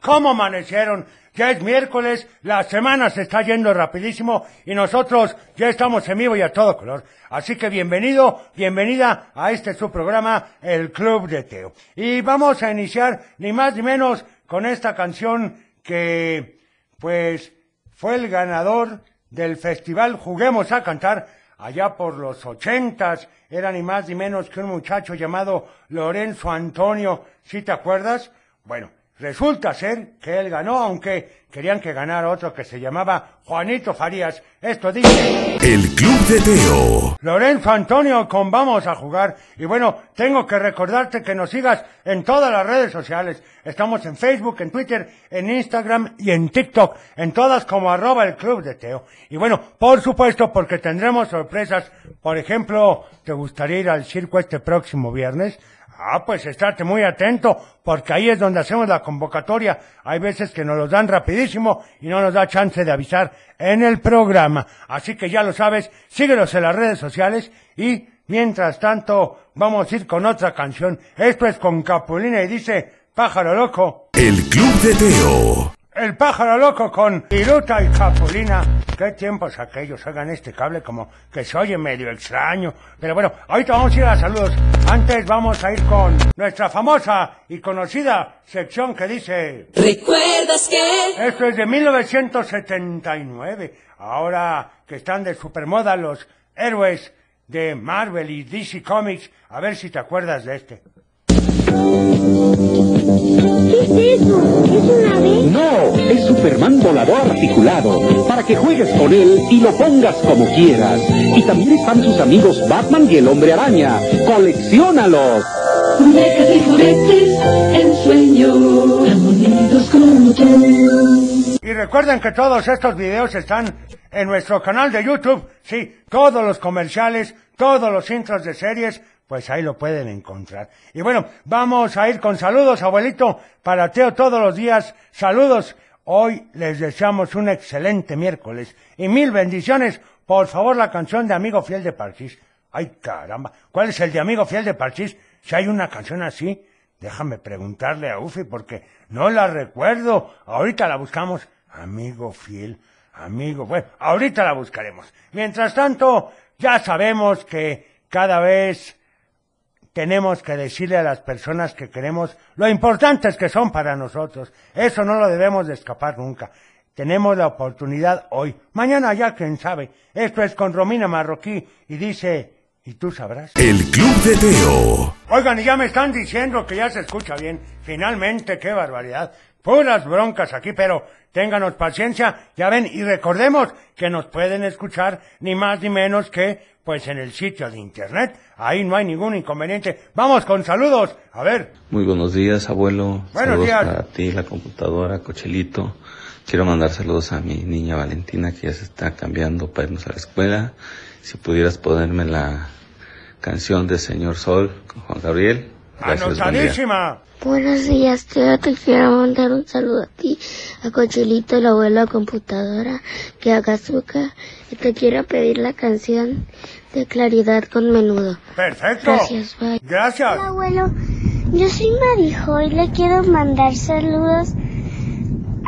¿Cómo amanecieron? Ya es miércoles, la semana se está yendo rapidísimo y nosotros ya estamos en vivo y a todo color. Así que bienvenido, bienvenida a este su programa, El Club de Teo. Y vamos a iniciar ni más ni menos con esta canción que, pues, fue el ganador del festival Juguemos a Cantar allá por los ochentas. Era ni más ni menos que un muchacho llamado Lorenzo Antonio, si te acuerdas? Bueno, resulta ser que él ganó, aunque querían que ganara otro que se llamaba Juanito Farías. Esto dice... El Club de Teo. Lorenzo Antonio con Vamos a jugar. Y bueno, tengo que recordarte que nos sigas en todas las redes sociales. Estamos en Facebook, en Twitter, en Instagram y en TikTok. En todas como arroba el club de Teo. Y bueno, por supuesto, porque tendremos sorpresas. Por ejemplo, ¿te gustaría ir al circo este próximo viernes? Ah, pues estate muy atento, porque ahí es donde hacemos la convocatoria. Hay veces que nos los dan rapidísimo y no nos da chance de avisar en el programa. Así que ya lo sabes, síguenos en las redes sociales y, mientras tanto, vamos a ir con otra canción. Esto es con Capulina y dice, pájaro loco. El Club de Teo. El pájaro loco con Piruta y Capulina. Qué tiempos aquellos, hagan este cable como que se oye medio extraño. Pero bueno, ahorita vamos a ir a saludos. Antes vamos a ir con nuestra famosa y conocida sección que dice... ¿Recuerdas que? Esto es de 1979. Ahora que están de supermoda los héroes de Marvel y DC Comics. A ver si te acuerdas de este. ¿Qué es eso? ¿Es un ave? No, es Superman volador articulado, para que juegues con él y lo pongas como quieras. Y también están sus amigos Batman y el Hombre Araña. ¡Colecciónalos! Muñecas y juguetes en sueño, tan bonitos como tú. Y recuerden que todos estos videos están en nuestro canal de YouTube. Sí, todos los comerciales, todos los intros de series, pues ahí lo pueden encontrar. Y bueno, vamos a ir con saludos, abuelito, para Teo todos los días. Saludos. Hoy les deseamos un excelente miércoles y mil bendiciones. Por favor, la canción de Amigo Fiel de Parchís. Ay, caramba. ¿Cuál es el de Amigo Fiel de Parchís? Si hay una canción así, déjame preguntarle a Ufi porque no la recuerdo. Ahorita la buscamos. Amigo fiel, amigo. Bueno, ahorita la buscaremos. Mientras tanto, ya sabemos que cada vez tenemos que decirle a las personas que queremos lo importantes que son para nosotros. Eso no lo debemos de escapar nunca. Tenemos la oportunidad hoy. Mañana ya quién sabe. Esto es con Romina Marroquí y dice, ¿y tú sabrás? El Club de Teo. Oigan, y ya me están diciendo que ya se escucha bien. Finalmente, qué barbaridad. Puras broncas aquí, pero ténganos paciencia, ya ven, y recordemos que nos pueden escuchar ni más ni menos que, pues, en el sitio de internet. Ahí no hay ningún inconveniente. Vamos con saludos. A ver, Muy buenos días, abuelo. Buenos saludos días. para ti, la computadora, Cochelito. Quiero mandar saludos a mi niña Valentina que ya se está cambiando para irnos a la escuela. Si pudieras ponerme la canción de Señor Sol con Juan Gabriel. Ah, Gracias, buen día. anotadísima. Buenos días, Teo. Te quiero mandar un saludo a ti, a Cochelito, el abuelo de computadora, que haga azúcar. Y te quiero pedir la canción de Claridad con Menudo. Perfecto. Gracias, bye. Gracias. Hola, abuelo. Yo soy Marijo y le quiero mandar saludos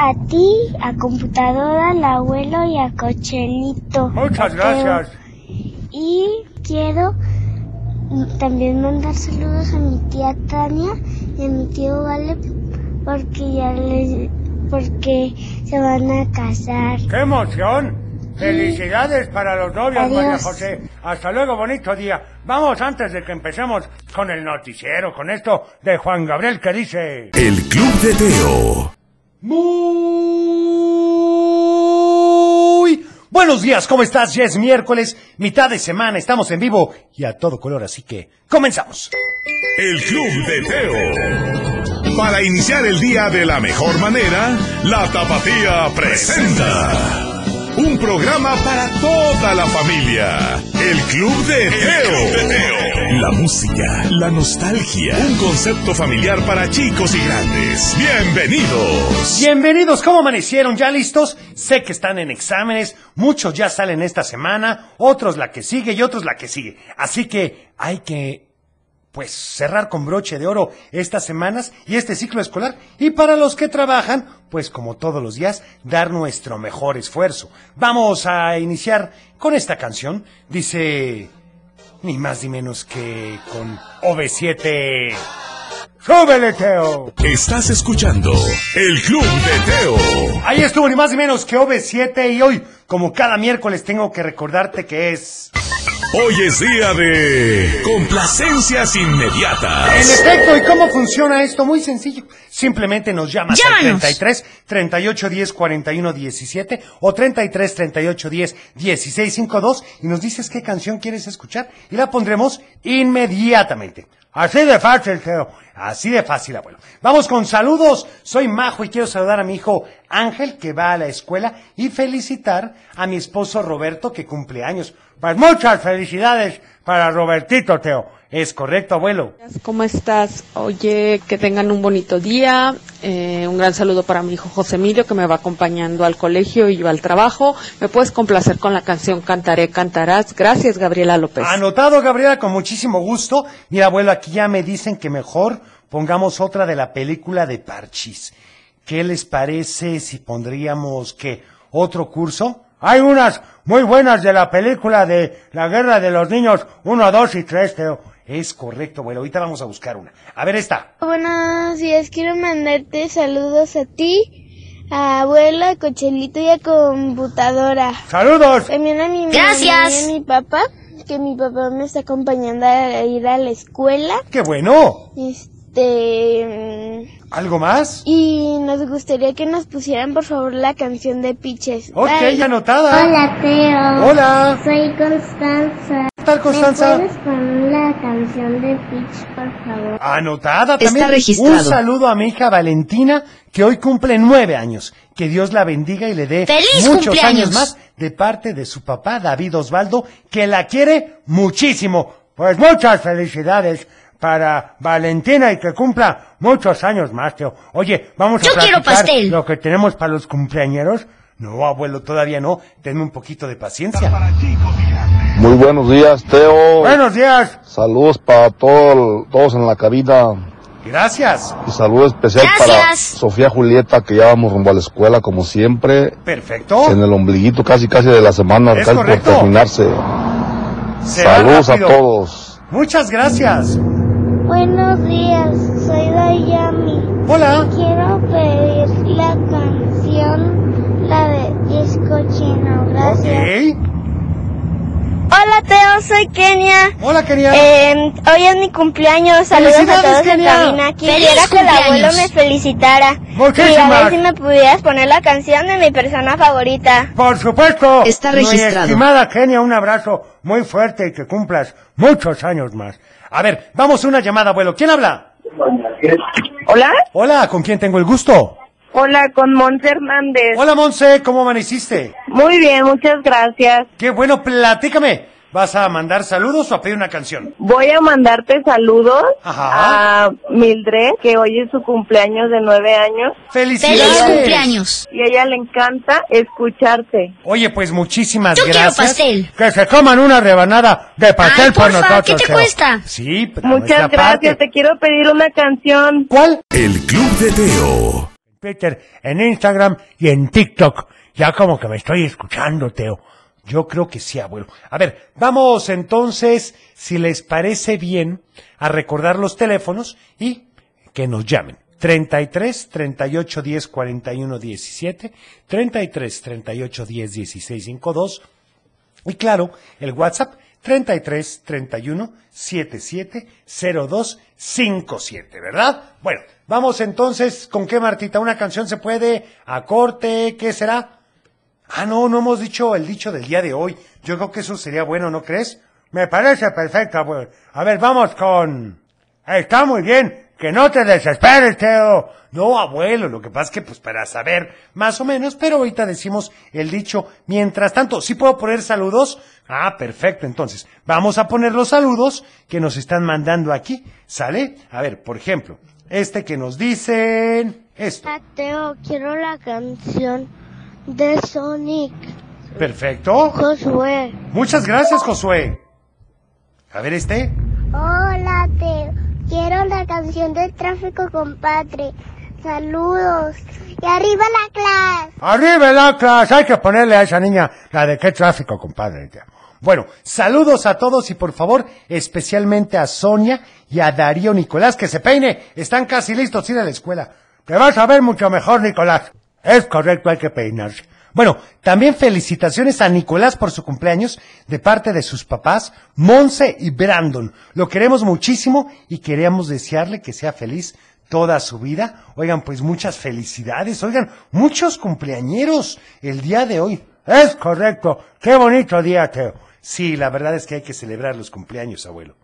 a ti, a computadora, al abuelo y a Cochelito. Muchas gracias. Y quiero también mandar saludos a mi tía Tania y a mi tío Vale porque ya les porque se van a casar. ¡Qué emoción! Felicidades para los novios, Adiós. María José. Hasta luego, bonito día. Vamos antes de que empecemos con el noticiero, con esto de Juan Gabriel que dice... El Club de Teo. Muy buenos días, ¿cómo estás? Ya es miércoles, mitad de semana, estamos en vivo y a todo color, así que comenzamos. El Club de Teo. Para iniciar el día de la mejor manera, la Tapatía presenta Un programa para toda la familia. El Club de Teo. La música, la nostalgia. Un concepto familiar para chicos y grandes. Bienvenidos. Bienvenidos, ¿cómo amanecieron? ¿Ya listos? Sé que están en exámenes, muchos ya salen esta semana, otros la que sigue y otros la que sigue. Así que hay que pues cerrar con broche de oro estas semanas y este ciclo escolar y para los que trabajan, pues como todos los días, dar nuestro mejor esfuerzo. Vamos a iniciar con esta canción, dice ni más ni menos que con OV7. ¡Súbele, Teo! Estás escuchando El Club de Teo. Ahí estuvo ni más ni menos que OV7 y hoy, como cada miércoles, tengo que recordarte que es... Hoy es día de complacencias inmediatas. En efecto, ¿y cómo funciona esto? Muy sencillo. Simplemente nos llamas Llámanos. al 33 38 10 41 17 o 33 38 10 16 52 y nos dices qué canción quieres escuchar y la pondremos inmediatamente. Así de fácil, Teo. Así de fácil, abuelo. Vamos con saludos. Soy Majo y quiero saludar a mi hijo Ángel, que va a la escuela, y felicitar a mi esposo Roberto, que cumple años. Pues muchas felicidades para Robertito, Teo. Es correcto, abuelo. ¿Cómo estás? Oye, que tengan un bonito día. Eh, un gran saludo para mi hijo José Emilio, que me va acompañando al colegio y yo al trabajo. Me puedes complacer con la canción Cantaré, cantarás. Gracias, Gabriela López. Pues, Anotado, Gabriela, con muchísimo gusto. Mira, abuelo, aquí ya me dicen que mejor pongamos otra de la película de Parchis. ¿Qué les parece si pondríamos que otro curso? Hay unas muy buenas de la película de La Guerra de los Niños 1, 2 y 3, Teo. Es correcto, bueno, ahorita vamos a buscar una. A ver esta. Buenos días, quiero mandarte saludos a ti, a abuela, a Cochelito y a computadora. ¡Saludos! También a mi mamá Gracias. y a mi papá, que mi papá me está acompañando a ir a la escuela. ¡Qué bueno! Este... mm, ¿Algo más? Y nos gustaría que nos pusieran, por favor, la canción de Piches. Ok, Bye. anotada. Hola, Teo. Hola. Soy Constanza. ¿Qué tal, Constanza? ¿Me puedes poner la canción de Peach, por favor? Anotada Está también. registrado. Un saludo a mi hija Valentina, que hoy cumple nueve años. Que Dios la bendiga y le dé ¡Feliz muchos cumpleaños! años más de parte de su papá David Osvaldo, que la quiere muchísimo. Pues muchas felicidades para Valentina y que cumpla muchos años más, Teo. Oye, vamos a Yo quiero platicar pastel. lo que tenemos para los cumpleañeros. No, abuelo, todavía no. Tenme un poquito de paciencia. Muy buenos días, Teo. Buenos días. Saludos para todo- todos en la cabina. Gracias. Y saludo especial para Gracias. Sofía Julieta, que ya vamos rumbo a la escuela como siempre. Perfecto. En el ombliguito casi casi de la semana, Oh. Es casi por correcto. terminarse. Se va Saludos a rápido. todos. Muchas gracias. Buenos días, soy Dayami. Hola. Quiero pedir la canción, la de Disco Chino, gracias. Ok. Hola, Teo, soy Kenia. Hola, querida. Eh, hoy es mi cumpleaños, saludos a ¡Felicidades, todos en Kenia! cabina. Quisiera ¡Feliz que el abuelo cumpleaños! me felicitara. Y a Muchísimas. ver si me pudieras poner la canción de mi persona favorita. Por supuesto. Está registrado. Mi estimada Kenia, un abrazo muy fuerte y que cumplas muchos años más. A ver, vamos a una llamada, abuelo. ¿Quién habla? Hola, Hola, ¿con quién tengo el gusto? hola con Monte Hernández. Hola, Monse, ¿cómo amaneciste? Muy bien, muchas gracias. Qué bueno, platícame. ¿Vas a mandar saludos o a pedir una canción? Voy a mandarte saludos Ajá. a Mildred, que hoy es su cumpleaños de nueve años ¡Felicidades! ¡Feliz cumpleaños! y a ella le encanta escucharte. Oye, pues muchísimas Yo quiero gracias. pastel. Que se coman una rebanada de pastel Ay, por porfa, nosotros. ¿qué te Teo. cuesta? Sí, pues, pero Muchas gracias, te quiero pedir una canción. ¿Cuál? El Club de Teo. Twitter, en Instagram y en TikTok. Ya como que me estoy escuchando, Teo. Yo creo que sí, abuelo. A ver, vamos entonces, si les parece bien, a recordar los teléfonos y que nos llamen. 33 38 10 41 17, 33 38 10 16 52 y claro, el WhatsApp 33 31 77 02 57, ¿verdad? Bueno, vamos entonces, ¿con qué Martita? ¿Una canción se puede? ¿A corte? ¿Qué será? Ah, no, no hemos dicho el dicho del día de hoy. Yo creo que eso sería bueno, ¿no crees? Me parece perfecto, pues. A ver, vamos con... Está muy bien. que no te desesperes, Teo. No, abuelo, lo que pasa es que pues para saber más o menos, pero ahorita decimos el dicho. Mientras tanto, ¿sí puedo poner saludos? Ah, perfecto, entonces vamos a poner los saludos que nos están mandando aquí, ¿sale? A ver, por ejemplo, este que nos dicen esto. Teo, quiero la canción de Sonic. Perfecto. Josué. Muchas gracias, Josué. A ver este. Hola, Teo. Quiero la canción de Tráfico Compadre. Saludos. Y arriba la clase. Arriba la clase, hay que ponerle a esa niña la de qué tráfico, compadre. Teo. Bueno, saludos a todos y por favor, especialmente a Sonia y a Darío Nicolás, que se peine. Están casi listos ir a la escuela. Te vas a ver mucho mejor, Nicolás. Es correcto, hay que peinarse. Bueno, también felicitaciones a Nicolás por su cumpleaños de parte de sus papás, Monse y Brandon. Lo queremos muchísimo y queremos desearle que sea feliz toda su vida. Oigan, pues muchas felicidades. Oigan, muchos cumpleañeros el día de hoy. Es correcto. Qué bonito día, Teo. Sí, la verdad es que hay que celebrar los cumpleaños, abuelo.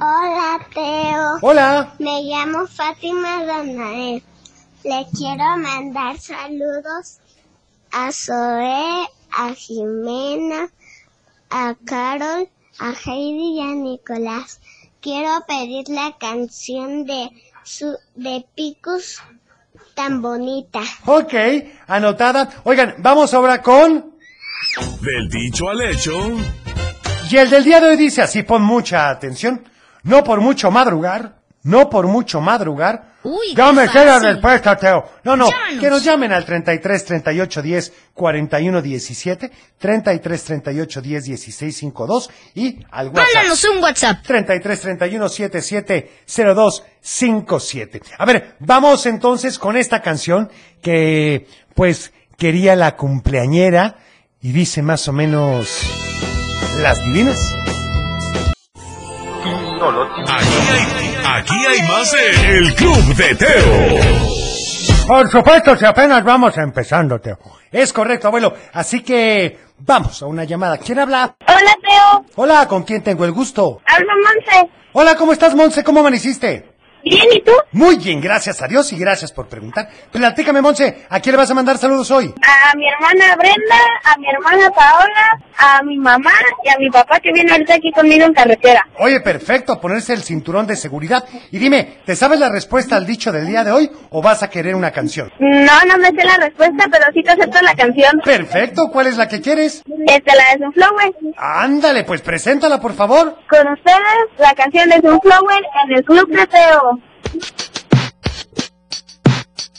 Hola, Teo. Hola. Me llamo Fátima Danael. Le quiero mandar saludos a Zoe, a Jimena, a Carol, a Heidi y a Nicolás. Quiero pedir la canción de su, de Picus tan bonita. Ok, anotada. Oigan, vamos ahora con... Del dicho al hecho. Y el del día de hoy dice así, pon mucha atención. No por mucho madrugar, no por mucho madrugar. Uy, Dame qué la respuesta, Teo. No, no, que nos llamen al 33 38 10 41 17, 33 38 10 16 52 y al WhatsApp. Mándanos un WhatsApp. 33 31 77 02 57. A ver, vamos entonces con esta canción que, pues, quería la cumpleañera y dice más o menos las divinas. Aquí hay, aquí hay más de El Club de Teo. Por supuesto, si apenas vamos empezando, Teo. Es correcto, abuelo. Así que vamos a una llamada. ¿Quién habla? Hola, Teo. Hola, ¿con quién tengo el gusto? Habla Monse. Hola, ¿cómo estás, Monse? ¿Cómo amaneciste? Bien, ¿y tú? Muy bien, gracias a Dios y gracias por preguntar. Platícame, Monse, ¿a quién le vas a mandar saludos hoy? A mi hermana Brenda, a mi hermana Paola, a mi mamá y a mi papá que viene ahorita aquí conmigo en carretera. Oye, perfecto, ponerse el cinturón de seguridad. Y dime, ¿te sabes la respuesta al dicho del día de hoy o vas a querer una canción? No, no me sé la respuesta, pero sí te acepto la canción. Perfecto, ¿cuál es la que quieres? Esta, la de Sunflower. Ándale, pues preséntala, por favor. Con ustedes, la canción de Sunflower en el Club de Teo.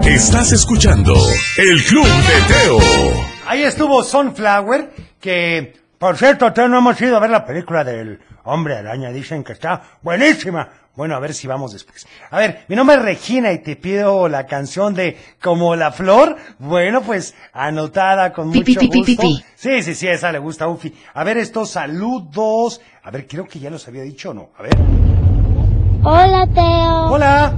Estás escuchando El Club de Teo. Ahí estuvo Sunflower, que por cierto, Teo, no hemos ido a ver la película del Hombre Araña. Dicen que está buenísima. Bueno, a ver si vamos después. A ver, mi nombre es Regina y te pido la canción de Como la flor. Bueno, pues anotada con mucho pi, pi, pi, gusto. Sí, sí, sí, esa le gusta a Ufi. A ver estos saludos. A ver, creo que ya los había dicho o no. A ver. Hola, Teo. Hola.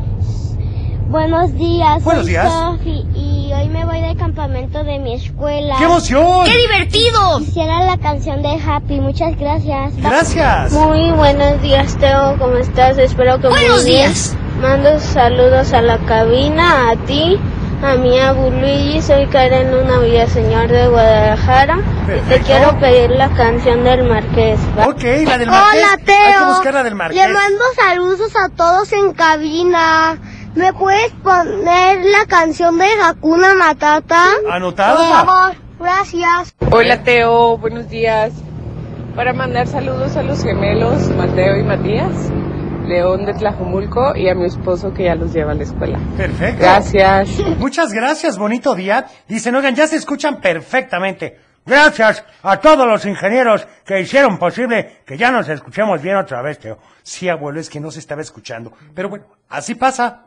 Buenos días. Buenos soy días. Sofi y hoy me voy de campamento de mi escuela. ¡Qué emoción! ¡Qué divertido! Quisiera la canción de Happy. Muchas gracias. Gracias. Muy buenos días, Teo. ¿Cómo estás? Espero que Buenos muy bien. días. Mando saludos a la cabina, a ti, a mi abu Luigi. Soy Karen Luna Villaseñor de Guadalajara. Y te Perfecto. quiero pedir la canción del Marqués. ¿va? Ok, la del Marqués. Hola, Teo. Hay que buscar la del Marqués. Le mando saludos a todos en cabina. ¿Me puedes poner la canción de Hakuna Matata? Por Anotada. favor, gracias. Hola Teo, buenos días. Para mandar saludos a los gemelos Mateo y Matías, León de Tlajumulco y a mi esposo que ya los lleva a la escuela. Perfecto. Gracias. Muchas gracias, bonito día. Dicen, oigan, ya se escuchan perfectamente. Gracias a todos los ingenieros que hicieron posible que ya nos escuchemos bien otra vez, Teo. Sí, abuelo, es que no se estaba escuchando. Pero bueno, así pasa.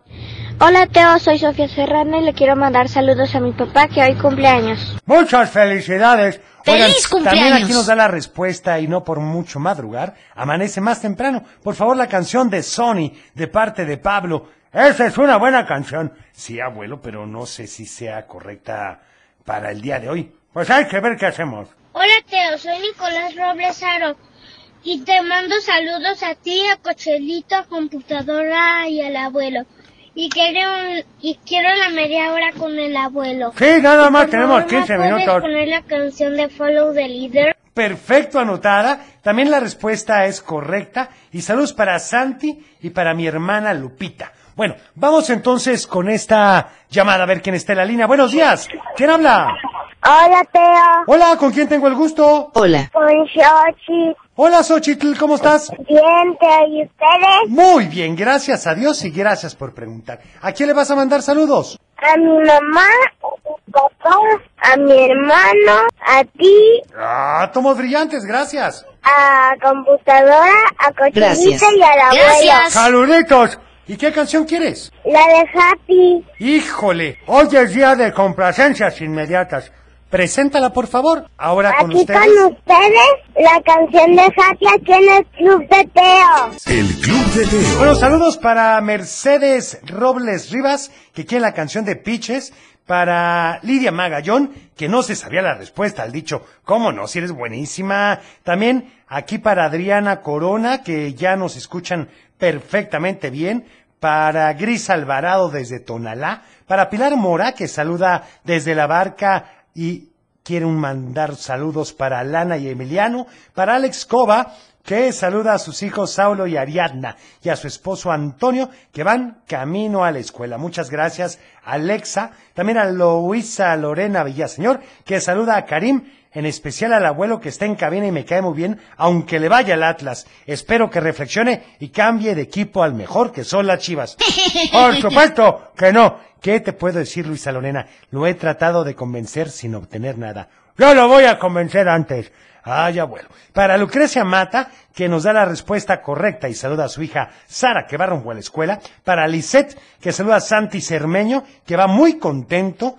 Hola Teo, soy Sofía Serrano y le quiero mandar saludos a mi papá que hoy cumpleaños. Muchas felicidades. ¡Feliz Oigan, También cumpleaños! aquí nos da la respuesta y no por mucho madrugar. Amanece más temprano. Por favor, la canción de Sony de parte de Pablo. Esa es una buena canción. Sí, abuelo, pero no sé si sea correcta para el día de hoy. Pues hay que ver qué hacemos. Hola Teo, soy Nicolás Robles Aro Y te mando saludos a ti, a Cochelito, a computadora y al abuelo. Y quiero, y quiero la media hora con el abuelo. Sí, nada más, Por tenemos favor, ¿me 15 Pues puedes minutos. poner la canción de Follow the Leader? Perfecto, anotada. También la respuesta es correcta. Y saludos para Santi y para mi hermana Lupita. Bueno, vamos entonces con esta llamada a ver quién está en la línea. Buenos días. ¿Quién habla? Hola, Teo. Hola, ¿con quién tengo el gusto? Hola. Con Xochitl. Hola, Xochitl, ¿cómo estás? Bien, Teo, ¿y ustedes? Muy bien, gracias a Dios y gracias por preguntar. ¿A quién le vas a mandar saludos? A mi mamá, papá, a mi hermano, a ti, Ah, tomos brillantes, gracias. a computadora, a Gracias. Cochelito y al abuelo. ¡Saluditos! ¿Y qué canción quieres? La de Happy. ¡Híjole! Hoy es día de complacencias inmediatas. Preséntala, por favor. Ahora con Aquí ustedes. con ustedes, la canción de Happy aquí en el Club de Teo. El Club de Teo. Bueno, saludos para Mercedes Robles Rivas, que quiere la canción de Piches. Para Lidia Magallón, que no se sabía la respuesta al dicho, ¿cómo no? Si eres buenísima. También aquí para Adriana Corona, que ya nos escuchan perfectamente bien. Para Gris Alvarado desde Tonalá. Para Pilar Mora, que saluda desde la barca y quiere un mandar saludos para Lana y Emiliano, para Alex Cova, que saluda a sus hijos Saulo y Ariadna, y a su esposo Antonio, que van camino a la escuela. Muchas gracias, Alexa. También a Luisa Lorena Villaseñor, que saluda a Karim, en especial al abuelo que está en cabina y me cae muy bien, aunque le vaya el Atlas. Espero que reflexione y cambie de equipo al mejor, que son las chivas. Por supuesto que no. ¿Qué te puedo decir, Luisa Lorena? Lo he tratado de convencer sin obtener nada. Yo lo voy a convencer antes. Ay, abuelo. Para Lucrecia Mata, que nos da la respuesta correcta y saluda a su hija Sara, que va rumbo a la escuela. Para Lisette, que saluda a Santi Cermeño, que va muy contento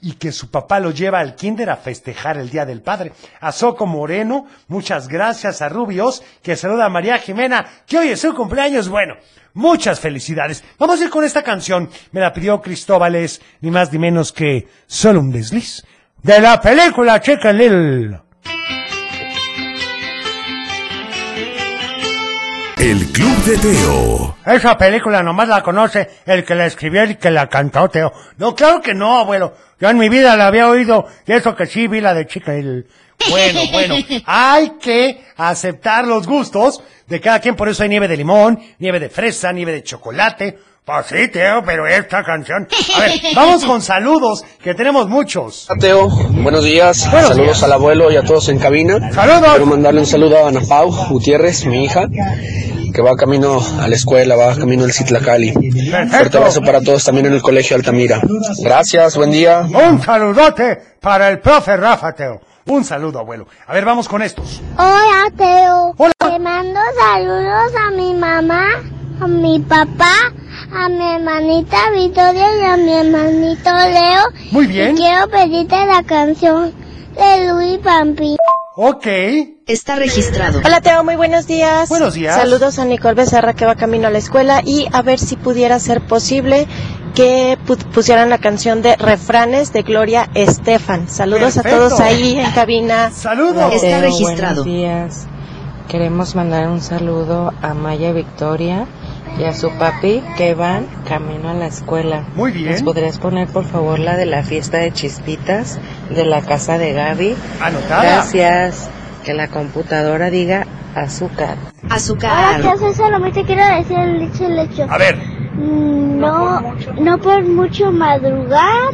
y que su papá lo lleva al kinder a festejar el Día del Padre. A Soco Moreno, muchas gracias a Rubios, que saluda a María Jimena, que hoy es su cumpleaños. Bueno, muchas felicidades. Vamos a ir con esta canción. Me la pidió Cristóbales, ni más ni menos que solo un desliz. De la película Chica Lil. El Club de Teo. Esa película nomás la conoce el que la escribió y el que la cantó, Teo. No, claro que no, abuelo. Yo en mi vida la había oído, y eso que sí vi la de chica. El... Bueno, bueno, hay que aceptar los gustos de cada quien. Por eso hay nieve de limón, nieve de fresa, nieve de chocolate. Pues sí, Teo, pero esta canción. A ver, vamos con saludos, que tenemos muchos. Teo, buenos días. saludos al abuelo y a todos en cabina. Saludos. Quiero mandarle un saludo a Ana Pau Gutiérrez, mi hija, que va camino a la escuela, va camino al Citlacali. Fuerte abrazo para todos también en el colegio Altamira. Gracias, buen día. Un saludote para el profe Rafa, Teo. Un saludo, abuelo. A ver, vamos con estos. Hola, Teo. Te mando saludos a mi mamá, a mi papá, a mi hermanita Victoria y a mi hermanito Leo. Muy bien. Y quiero pedirte la canción de Luis Pampi. Ok. Está registrado. Hola Teo, muy buenos días. Buenos días. Saludos a Nicole Becerra que va camino a la escuela y a ver si pudiera ser posible que pu- pusieran la canción de refranes de Gloria Estefan. Saludos Perfecto. a todos ahí en cabina. Hola, Saludos. Este Teo, Este, Buenos días. Queremos mandar un saludo a Maya Victoria y a su papi que van camino a la escuela. Muy bien. ¿Nos podrías poner por favor la de la fiesta de chispitas de la casa de Gaby? Anotada. Gracias. Que la computadora diga azúcar. Ahora que haces solamente quiero decir el dicho el hecho. A ver. Mm, No, no por mucho madrugar,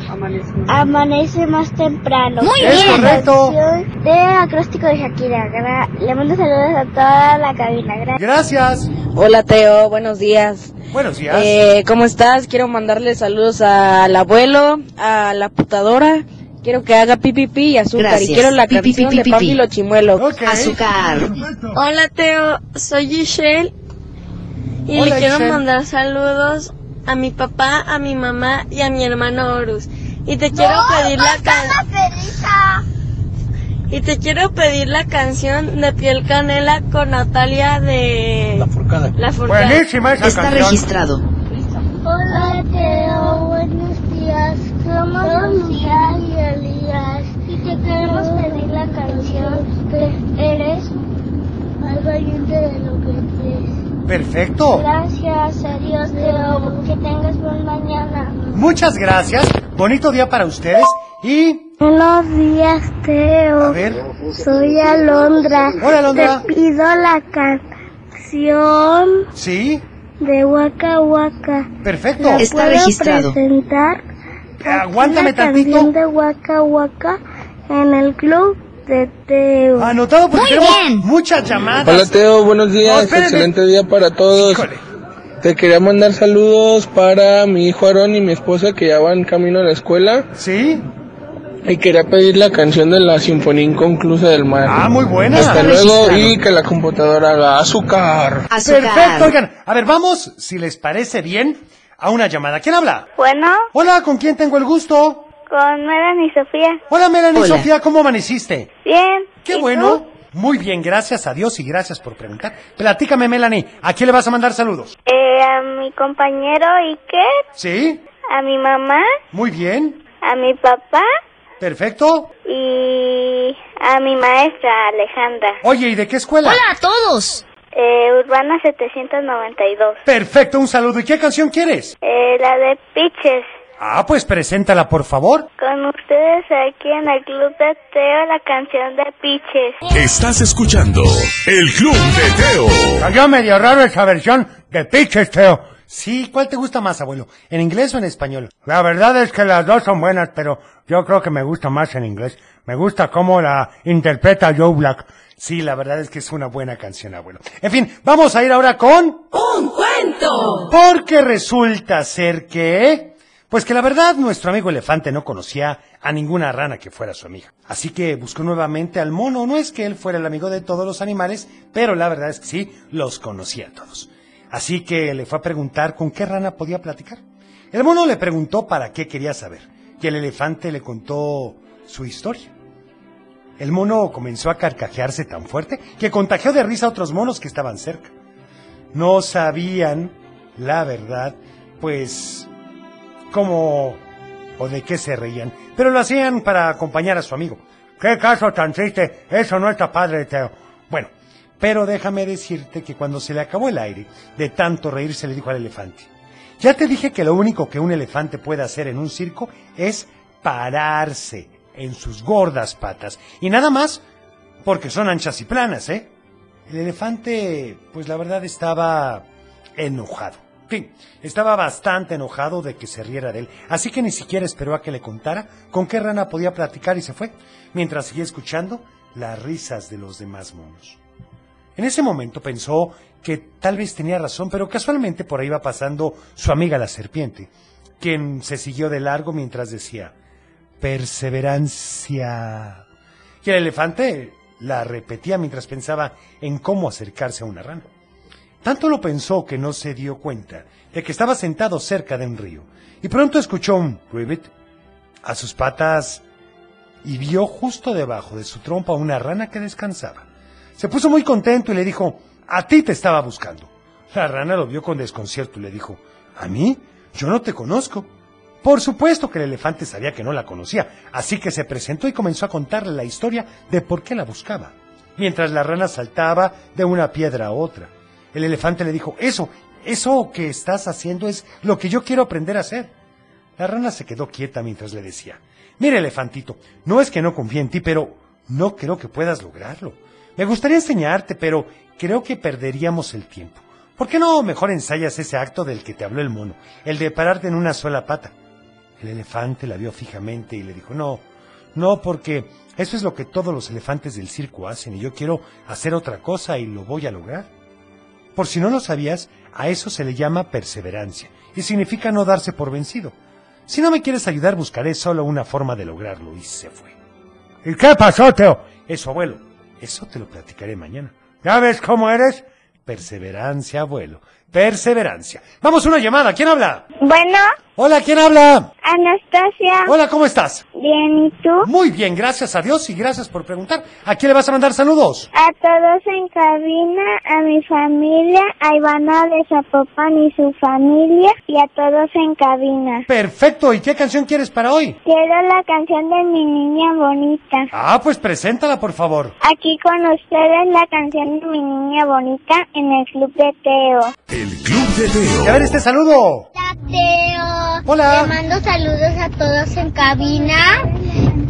amanece más temprano. Muy Es bien. correcto. Canción De acróstico de Shakira. Gra- Le mando saludos a toda la cabina. Gracias. Gracias. Hola Teo, buenos días. Buenos días. Eh, ¿Cómo estás? Quiero mandarle saludos al abuelo, a la putadora. Quiero que haga pipipi y azúcar. Gracias. Y quiero la Pi, pi, pi, canción pi, de pi, pi. Pablo Chimuelo. Azúcar. Hola Teo, soy Giselle y Hola, le quiero Giselle. mandar saludos a mi papá, a mi mamá y a mi hermano Horus. Y te quiero pedir la canción. Y te quiero pedir la canción de Piel Canela con Natalia de La Forcada. Buenísima esa Está canción. registrado. Hola, Teo. Buenos días. Somos Lucía y Elías. Y te queremos pedir la canción que eres algo aliente de lo que te... Perfecto. Gracias a Dios, te amo. Que tengas buen mañana. Muchas gracias. Bonito día para ustedes y Buenos días, Teo. a ver, Soy Alondra. Hola, Alondra. Te pido la canción sí, de Waka Waka. perfecto. Eh, ¿La puedo presentar? Aguántame La canción tantito. de Waka Waka en el club de Teo. Anotado porque tenemos muchas Hola llamadas. Teo, buenos No, días, espérame. excelente día para todos. Te quería mandar saludos para mi hijo Aarón y mi esposa que ya van camino a la escuela. Sí. Y quería pedir la canción de la Sinfonía Inconclusa del Mar. Ah, muy buena. Hasta Está luego registrado. y que la computadora haga azúcar. Perfecto, oigan. A ver, vamos, si les parece bien, a una llamada. ¿Quién habla? Bueno, Hola, ¿con quién tengo el gusto? con Melanie Sofía. Hola, Melanie Hola. Sofía, ¿cómo amaneciste? Bien. Qué bueno. Muy bien, gracias a Dios y gracias por preguntar. Platícame, Melanie, ¿a quién le vas a mandar saludos? Eh, a mi compañero Iker, ¿Sí? a mi mamá, Muy bien. a mi papá Perfecto. y a mi maestra Alejandra. Oye, ¿y de qué escuela? a todos! Eh, Urbana 792. Perfecto, un saludo. ¿Y qué canción quieres? Eh, la de Piches. Ah, pues preséntala, por favor. Con ustedes aquí en el Club de Teo, la canción de Piches. Estás escuchando El Club de Teo. Cayó medio raro esa versión de Pitches, Teo. Sí, ¿cuál te gusta más, abuelo? ¿En inglés o en español? La verdad es que las dos son buenas, pero yo creo que me gusta más en inglés. Me gusta cómo la interpreta Joe Black. Sí, la verdad es que es una buena canción, abuelo. En fin, vamos a ir ahora con... ¡Un cuento! Porque resulta ser que... Pues que la verdad nuestro amigo elefante no conocía a ninguna rana que fuera su amiga. Así que buscó nuevamente al mono. No es que él fuera el amigo de todos los animales, pero la verdad es que sí, los conocía a todos. Así que le fue a preguntar con qué rana podía platicar. El mono le preguntó para qué quería saber. Y el elefante le contó su historia. El mono comenzó a carcajearse tan fuerte que contagió de risa a otros monos que estaban cerca. No sabían, la verdad, pues cómo o de qué se reían, pero lo hacían para acompañar a su amigo. ¡Qué caso tan triste! Eso no está padre, Teo. Bueno, pero déjame decirte que cuando se le acabó el aire, de tanto reírse le dijo al elefante. Ya te dije que lo único que un elefante puede hacer en un circo es pararse en sus gordas patas. Y nada más porque son anchas y planas, ¿eh? El elefante, pues la verdad estaba enojado. En fin, estaba bastante enojado de que se riera de él, así que ni siquiera esperó a que le contara con qué rana podía platicar y se fue, mientras seguía escuchando las risas de los demás monos. En ese momento pensó que tal vez tenía razón, pero casualmente por ahí iba pasando su amiga la serpiente, quien se siguió de largo mientras decía, perseverancia. Y el elefante la repetía mientras pensaba en cómo acercarse a una rana. Tanto lo pensó que no se dio cuenta de que estaba sentado cerca de un río, y pronto escuchó un ribbit a sus patas y vio justo debajo de su trompa una rana que descansaba. Se puso muy contento y le dijo, a ti te estaba buscando. La rana lo vio con desconcierto y le dijo, ¿a mí? Yo no te conozco. Por supuesto que el elefante sabía que no la conocía, así que se presentó y comenzó a contarle la historia de por qué la buscaba, mientras la rana saltaba de una piedra a otra. El elefante le dijo, eso, eso que estás haciendo es lo que yo quiero aprender a hacer. La rana se quedó quieta mientras le decía, mira elefantito, no es que no confíe en ti, pero no creo que puedas lograrlo. Me gustaría enseñarte, pero creo que perderíamos el tiempo. ¿Por qué no mejor ensayas ese acto del que te habló el mono, el de pararte en una sola pata? El elefante la vio fijamente y le dijo, no, no, porque eso es lo que todos los elefantes del circo hacen y yo quiero hacer otra cosa y lo voy a lograr. Por si no lo sabías, a eso se le llama perseverancia y significa no darse por vencido. Si no me quieres ayudar, buscaré solo una forma de lograrlo y se fue. ¿Y qué pasó, Teo? Eso, abuelo. Eso te lo platicaré mañana. ¿Ya ves cómo eres? Perseverancia, abuelo. perseverancia. Vamos a una llamada. ¿Quién habla? Bueno, Hola, ¿quién habla? Anastasia. Hola, ¿cómo estás? Bien, ¿y tú? Muy bien, gracias a Dios y gracias por preguntar. ¿A quién le vas a mandar saludos? A todos en cabina, a mi familia, a Ivana de Zapopan y su familia, y a todos en cabina. Perfecto, ¿y qué canción quieres para hoy? Quiero la canción de mi niña bonita. Ah, pues preséntala, por favor. Aquí con ustedes la canción de mi niña bonita en el Club de Teo. Club de Teo. Y a ver este saludo. Teo. Hola. Te mando saludos a todos en cabina.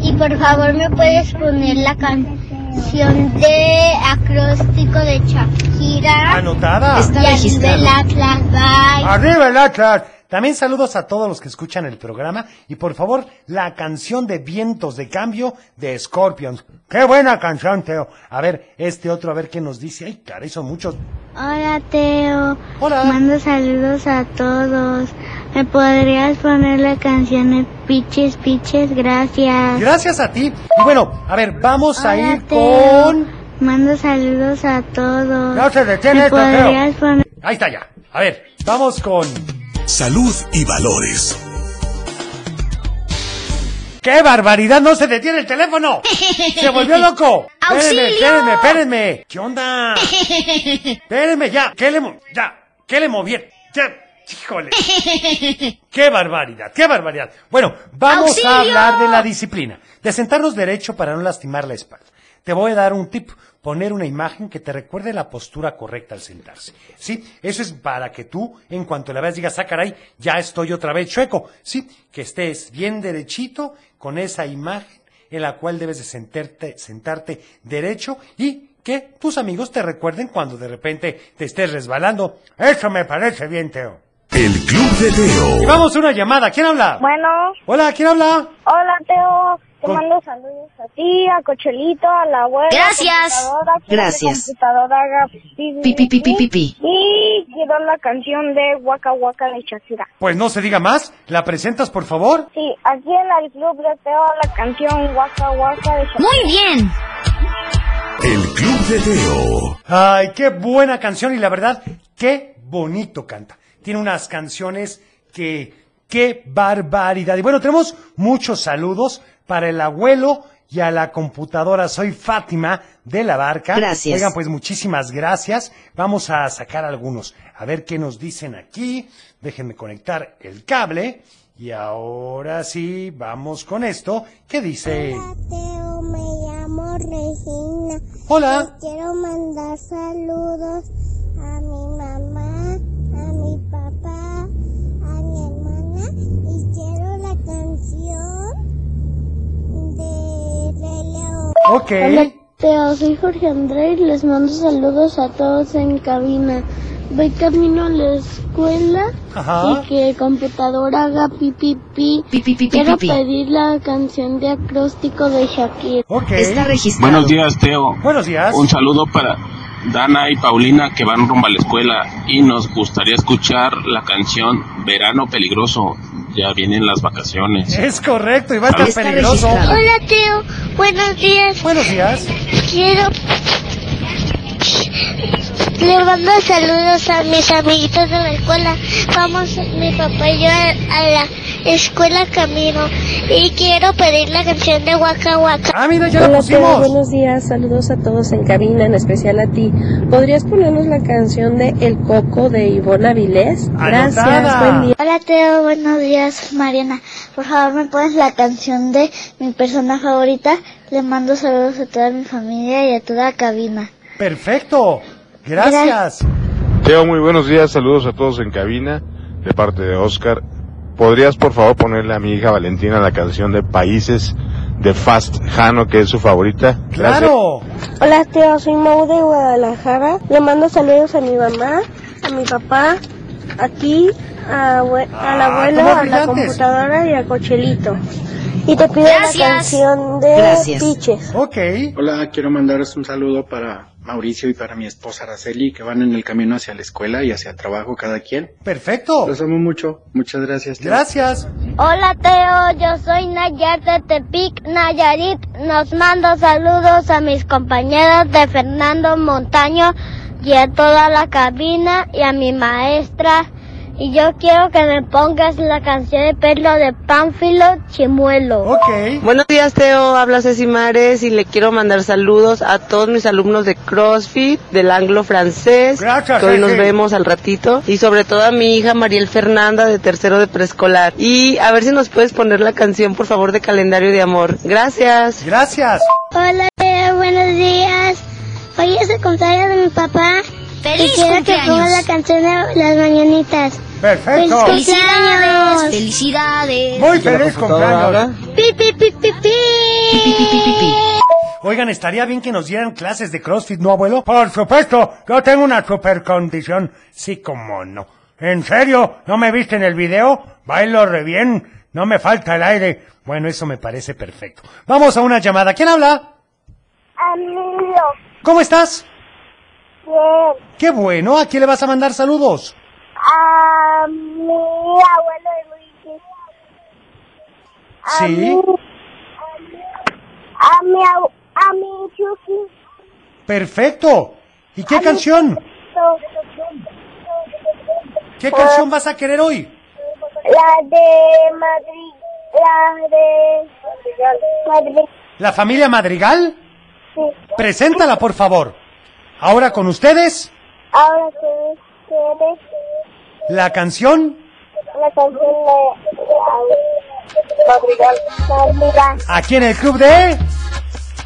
Y por favor, me puedes poner la canción de acróstico de Shakira. Ah, Anotada. Y arriba el Atlas, bye. Arriba el Atlas. También saludos a todos los que escuchan el programa y por favor la canción de Vientos de Cambio de Scorpions. Qué buena canción, Teo. A ver, este otro, a ver qué nos dice. Ay, caray, son muchos. Hola Teo. Mando saludos a todos. ¿Me podrías poner la canción de Piches Piches? Gracias. Gracias a ti. Y bueno, a ver, vamos a Hola, ir Teo. con... Mando saludos a todos. No se detiene ¿Me esto, Teo. podrías poner- Ahí está ya. A ver, vamos con... Salud y valores. ¡Qué barbaridad! ¡No se detiene el teléfono! ¡Se volvió loco! ¡Auxilio! Espérenme, espérenme, espérenme. ¿Qué onda? Espérenme ya. ¿Qué le... mo- Ya. ¿Qué le movieron? Ya. Híjole. ¡Qué barbaridad! ¡Qué barbaridad! Bueno, vamos a ¡Auxilio! hablar de la disciplina. De sentarnos derecho para no lastimar la espalda. Te voy a dar un tip. Poner una imagen que te recuerde la postura correcta al sentarse. ¿Sí? Eso es para que tú, en cuanto la veas, digas, ah, caray, ya estoy otra vez chueco. ¿Sí? Que estés bien derechito con esa imagen en la cual debes de sentarte, sentarte derecho y que tus amigos te recuerden cuando de repente te estés resbalando. Eso me parece bien, Teo. El Club de Y Teo. vamos a una llamada. ¿Quién habla? Bueno, Hola, ¿quién habla? hola Teo. Te Con- mando saludos a ti, a Cochelito, a la abuela. Gracias. computadora, que Gracias. la computadora haga pi, Pi, pi, pi, pi, pi, pi. Y quiero la canción de Waka Waka de Shakira. Pues no se diga más. ¿La presentas, por favor? Sí, aquí en el club de Teo la canción Waka Waka de Shakira. Muy bien. El Club de Teo. Ay, qué buena canción y la verdad, qué bonito canta. Tiene unas canciones que... ¡Qué barbaridad! Y bueno, tenemos muchos saludos para el abuelo y a la computadora. Soy Fátima de la Barca. Gracias. Oigan, pues muchísimas gracias. Vamos a sacar algunos. A ver qué nos dicen aquí. Déjenme conectar el cable. Y ahora sí, vamos con esto. ¿Qué dice? Teo, me llamo Regina. Hola. Y quiero mandar saludos a mi mamá, a mi papá, a mi hermana y quiero la canción de Rey León. Ok. Hola. Teo, soy Jorge André y les mando saludos a todos en cabina. Voy camino a la escuela Ajá. y que computadora haga pipi pi. pi, Quiero pi, pi. pedir la canción de acróstico de Shakira. Está registrado. Buenos días, Teo. Buenos días. Un saludo para Dana y Paulina que van rumbo a la escuela y nos gustaría escuchar la canción Verano Peligroso. Ya vienen las vacaciones. Es correcto y va a estar Está peligroso. registrado. Hola Teo, buenos días. Buenos días. Quiero... Le mando saludos a mis amiguitos de la escuela. Vamos, mi papá y yo a, a la escuela camino. Y quiero pedir la canción de Waka Waka. Ah, mira, Hola, Teo, buenos días, saludos a todos en cabina, en especial a ti. ¿Podrías ponernos la canción de El Coco de Ivonne Avilés? Gracias, buen día. Hola Teo, buenos días Mariana. Por favor me pones la canción de mi persona favorita. Le mando saludos a toda mi familia y a toda la cabina. Perfecto. Gracias. Teo, muy buenos días, saludos a todos en cabina, de parte de Oscar. ¿Podrías por favor ponerle a mi hija Valentina la canción de Países de Fast Jano, que es su favorita? Gracias. Claro. Hola, Teo, soy Mau de Guadalajara. Le mando saludos a mi mamá, a mi papá, aquí, a, abue- al abuelo, Ah, ¿cómo a la brillantes? computadora y a Cochelito. Y te pido la Gracias. canción de Gracias. Piches. Ok. Hola, quiero mandaros un saludo para Mauricio y para mi esposa Araceli, que van en el camino hacia la escuela y hacia el trabajo cada quien. Perfecto. Los amo mucho. Muchas gracias. Teo. Gracias. Hola Teo, yo soy Nayar de Tepic, Nayarit. Nos mando saludos a mis compañeros de Fernando Montaño, y a toda la cabina y a mi maestra. Y yo quiero que me pongas la canción de pelo de Pánfilo Chimuelo. Ok. Buenos días, Teo. Habla Ceci Mares y le quiero mandar saludos a todos mis alumnos de CrossFit, del anglo francés. Gracias, que hoy nos Ceci. vemos al ratito. Y sobre todo a mi hija Mariel Fernanda, de tercero de preescolar. Y a ver si nos puedes poner la canción, por favor, de Calendario de Amor. Gracias. Gracias. Hola, Leo, buenos días. Hoy es el cumpleaños de mi papá. ¡Feliz y quiero que ponga cumpleaños! la canción de Las Mañanitas. Perfecto. ¡Feliz cumpleaños! ¡Felicidades! Muy feliz cumpleaños. Pi, pi, pi, pi, Oigan, estaría bien que nos dieran clases de CrossFit, ¿no, abuelo? Por supuesto, yo tengo una super condición. Sí, como no. ¿En serio? ¿No me viste en el video? Bailo re bien. No me falta el aire. Bueno, eso me parece perfecto. Vamos a una llamada. ¿Quién habla? Amigo, ¿Cómo estás? bien. Qué bueno. ¿A quién le vas a mandar saludos? A mi abuelo Enrique. Sí. A mi, abu- a mi Chucky. Perfecto. ¿Y qué canción? ¿Qué canción vas a querer hoy? La de Madrid. La de Madrid. ¿La familia Madrigal? Sí. Preséntala, por favor. Ahora con ustedes, Ahora que quieres la canción. la canción de la- Madrigal. Madrigal. Aquí en el club de...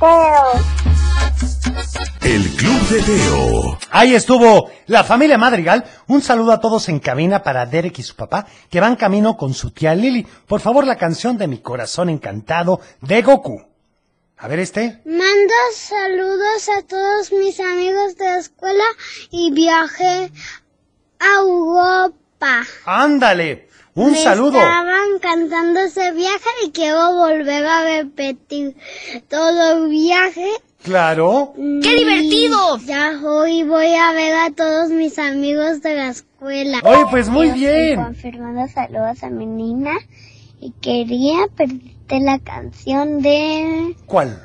Teo. El Club de Teo. Ahí estuvo la familia Madrigal. Un saludo a todos en cabina para Derek y su papá, que van camino con su tía Lili. Por favor, la canción de mi corazón encantado de Goku. A ver este. Mando saludos a todos mis amigos de la escuela y viaje a Europa. Ándale. Un Me saludo. Estaban cantando ese viaje y quiero volver a repetir todo el viaje. Claro. ¡Qué divertido! Ya hoy voy a ver a todos mis amigos de la escuela. Oye, pues, muy bien. Confirmando saludos a mi nina y quería pedirte la canción de ¿Cuál?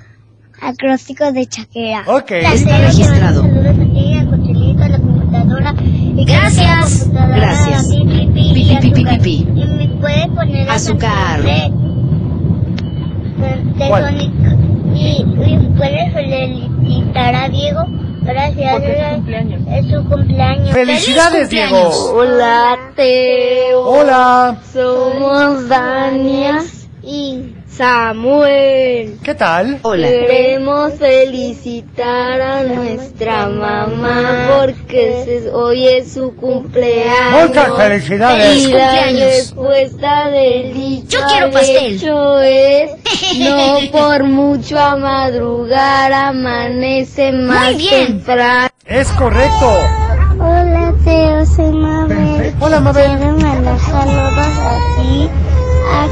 Acróstico de Chaquera. Ok. Está registrado. Saludos a ti, al cochilito, a la computadora. Y Gracias. a la computadora, Gracias. a ti, pi, pi, Pi, pi, y pi, pi, azúcar. pi. Y me puede poner la Azúcar. canción De, de ¿Cuál? Sonic. Y, y puede felicitar a Diego. Gracias. es su cumpleaños. ¡Felicidades, ¡Feliz Diego! cumpleaños! Hola, Teo. Hola. Somos Dania y Samuel. ¿Qué tal? Queremos felicitar a nuestra mamá porque se- hoy es su cumpleaños. Muchas felicidades. Y ¡Feliz la cumpleaños! respuesta de dicho Yo quiero pastel. hecho es no por mucho a madrugar amanece más bien. temprano. Es correcto. Hola Teo, soy Mabel. Hola Mabel. Quiero mandar saludos a ti, a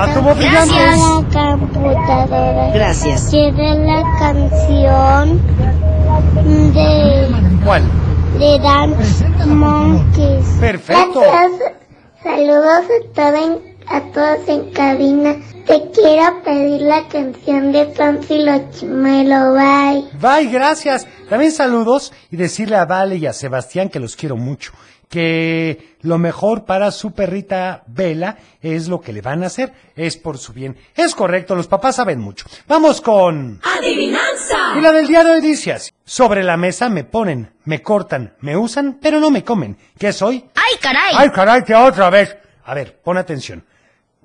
Ah, tuvo brillantes. a la computadora. Gracias. Quiero la canción de, ¿Cuál? de Dance Monkeys. Perfecto. Gracias. Saludos a, todo en- a todos en cabina. Te quiero pedir la canción de Pánfilo Chimelo. Bye. Bye, gracias. También saludos y decirle a Vale y a Sebastián que los quiero mucho. Que lo mejor para su perrita Vela es lo que le van a hacer, es por su bien. Es correcto, los papás saben mucho. Vamos con... Y la del día de hoy dice así. Sobre la mesa me ponen, me cortan, me usan, pero no me comen. ¿Qué soy? ¡Ay, caray! ¡Ay, caray, que otra vez! A ver, pon atención.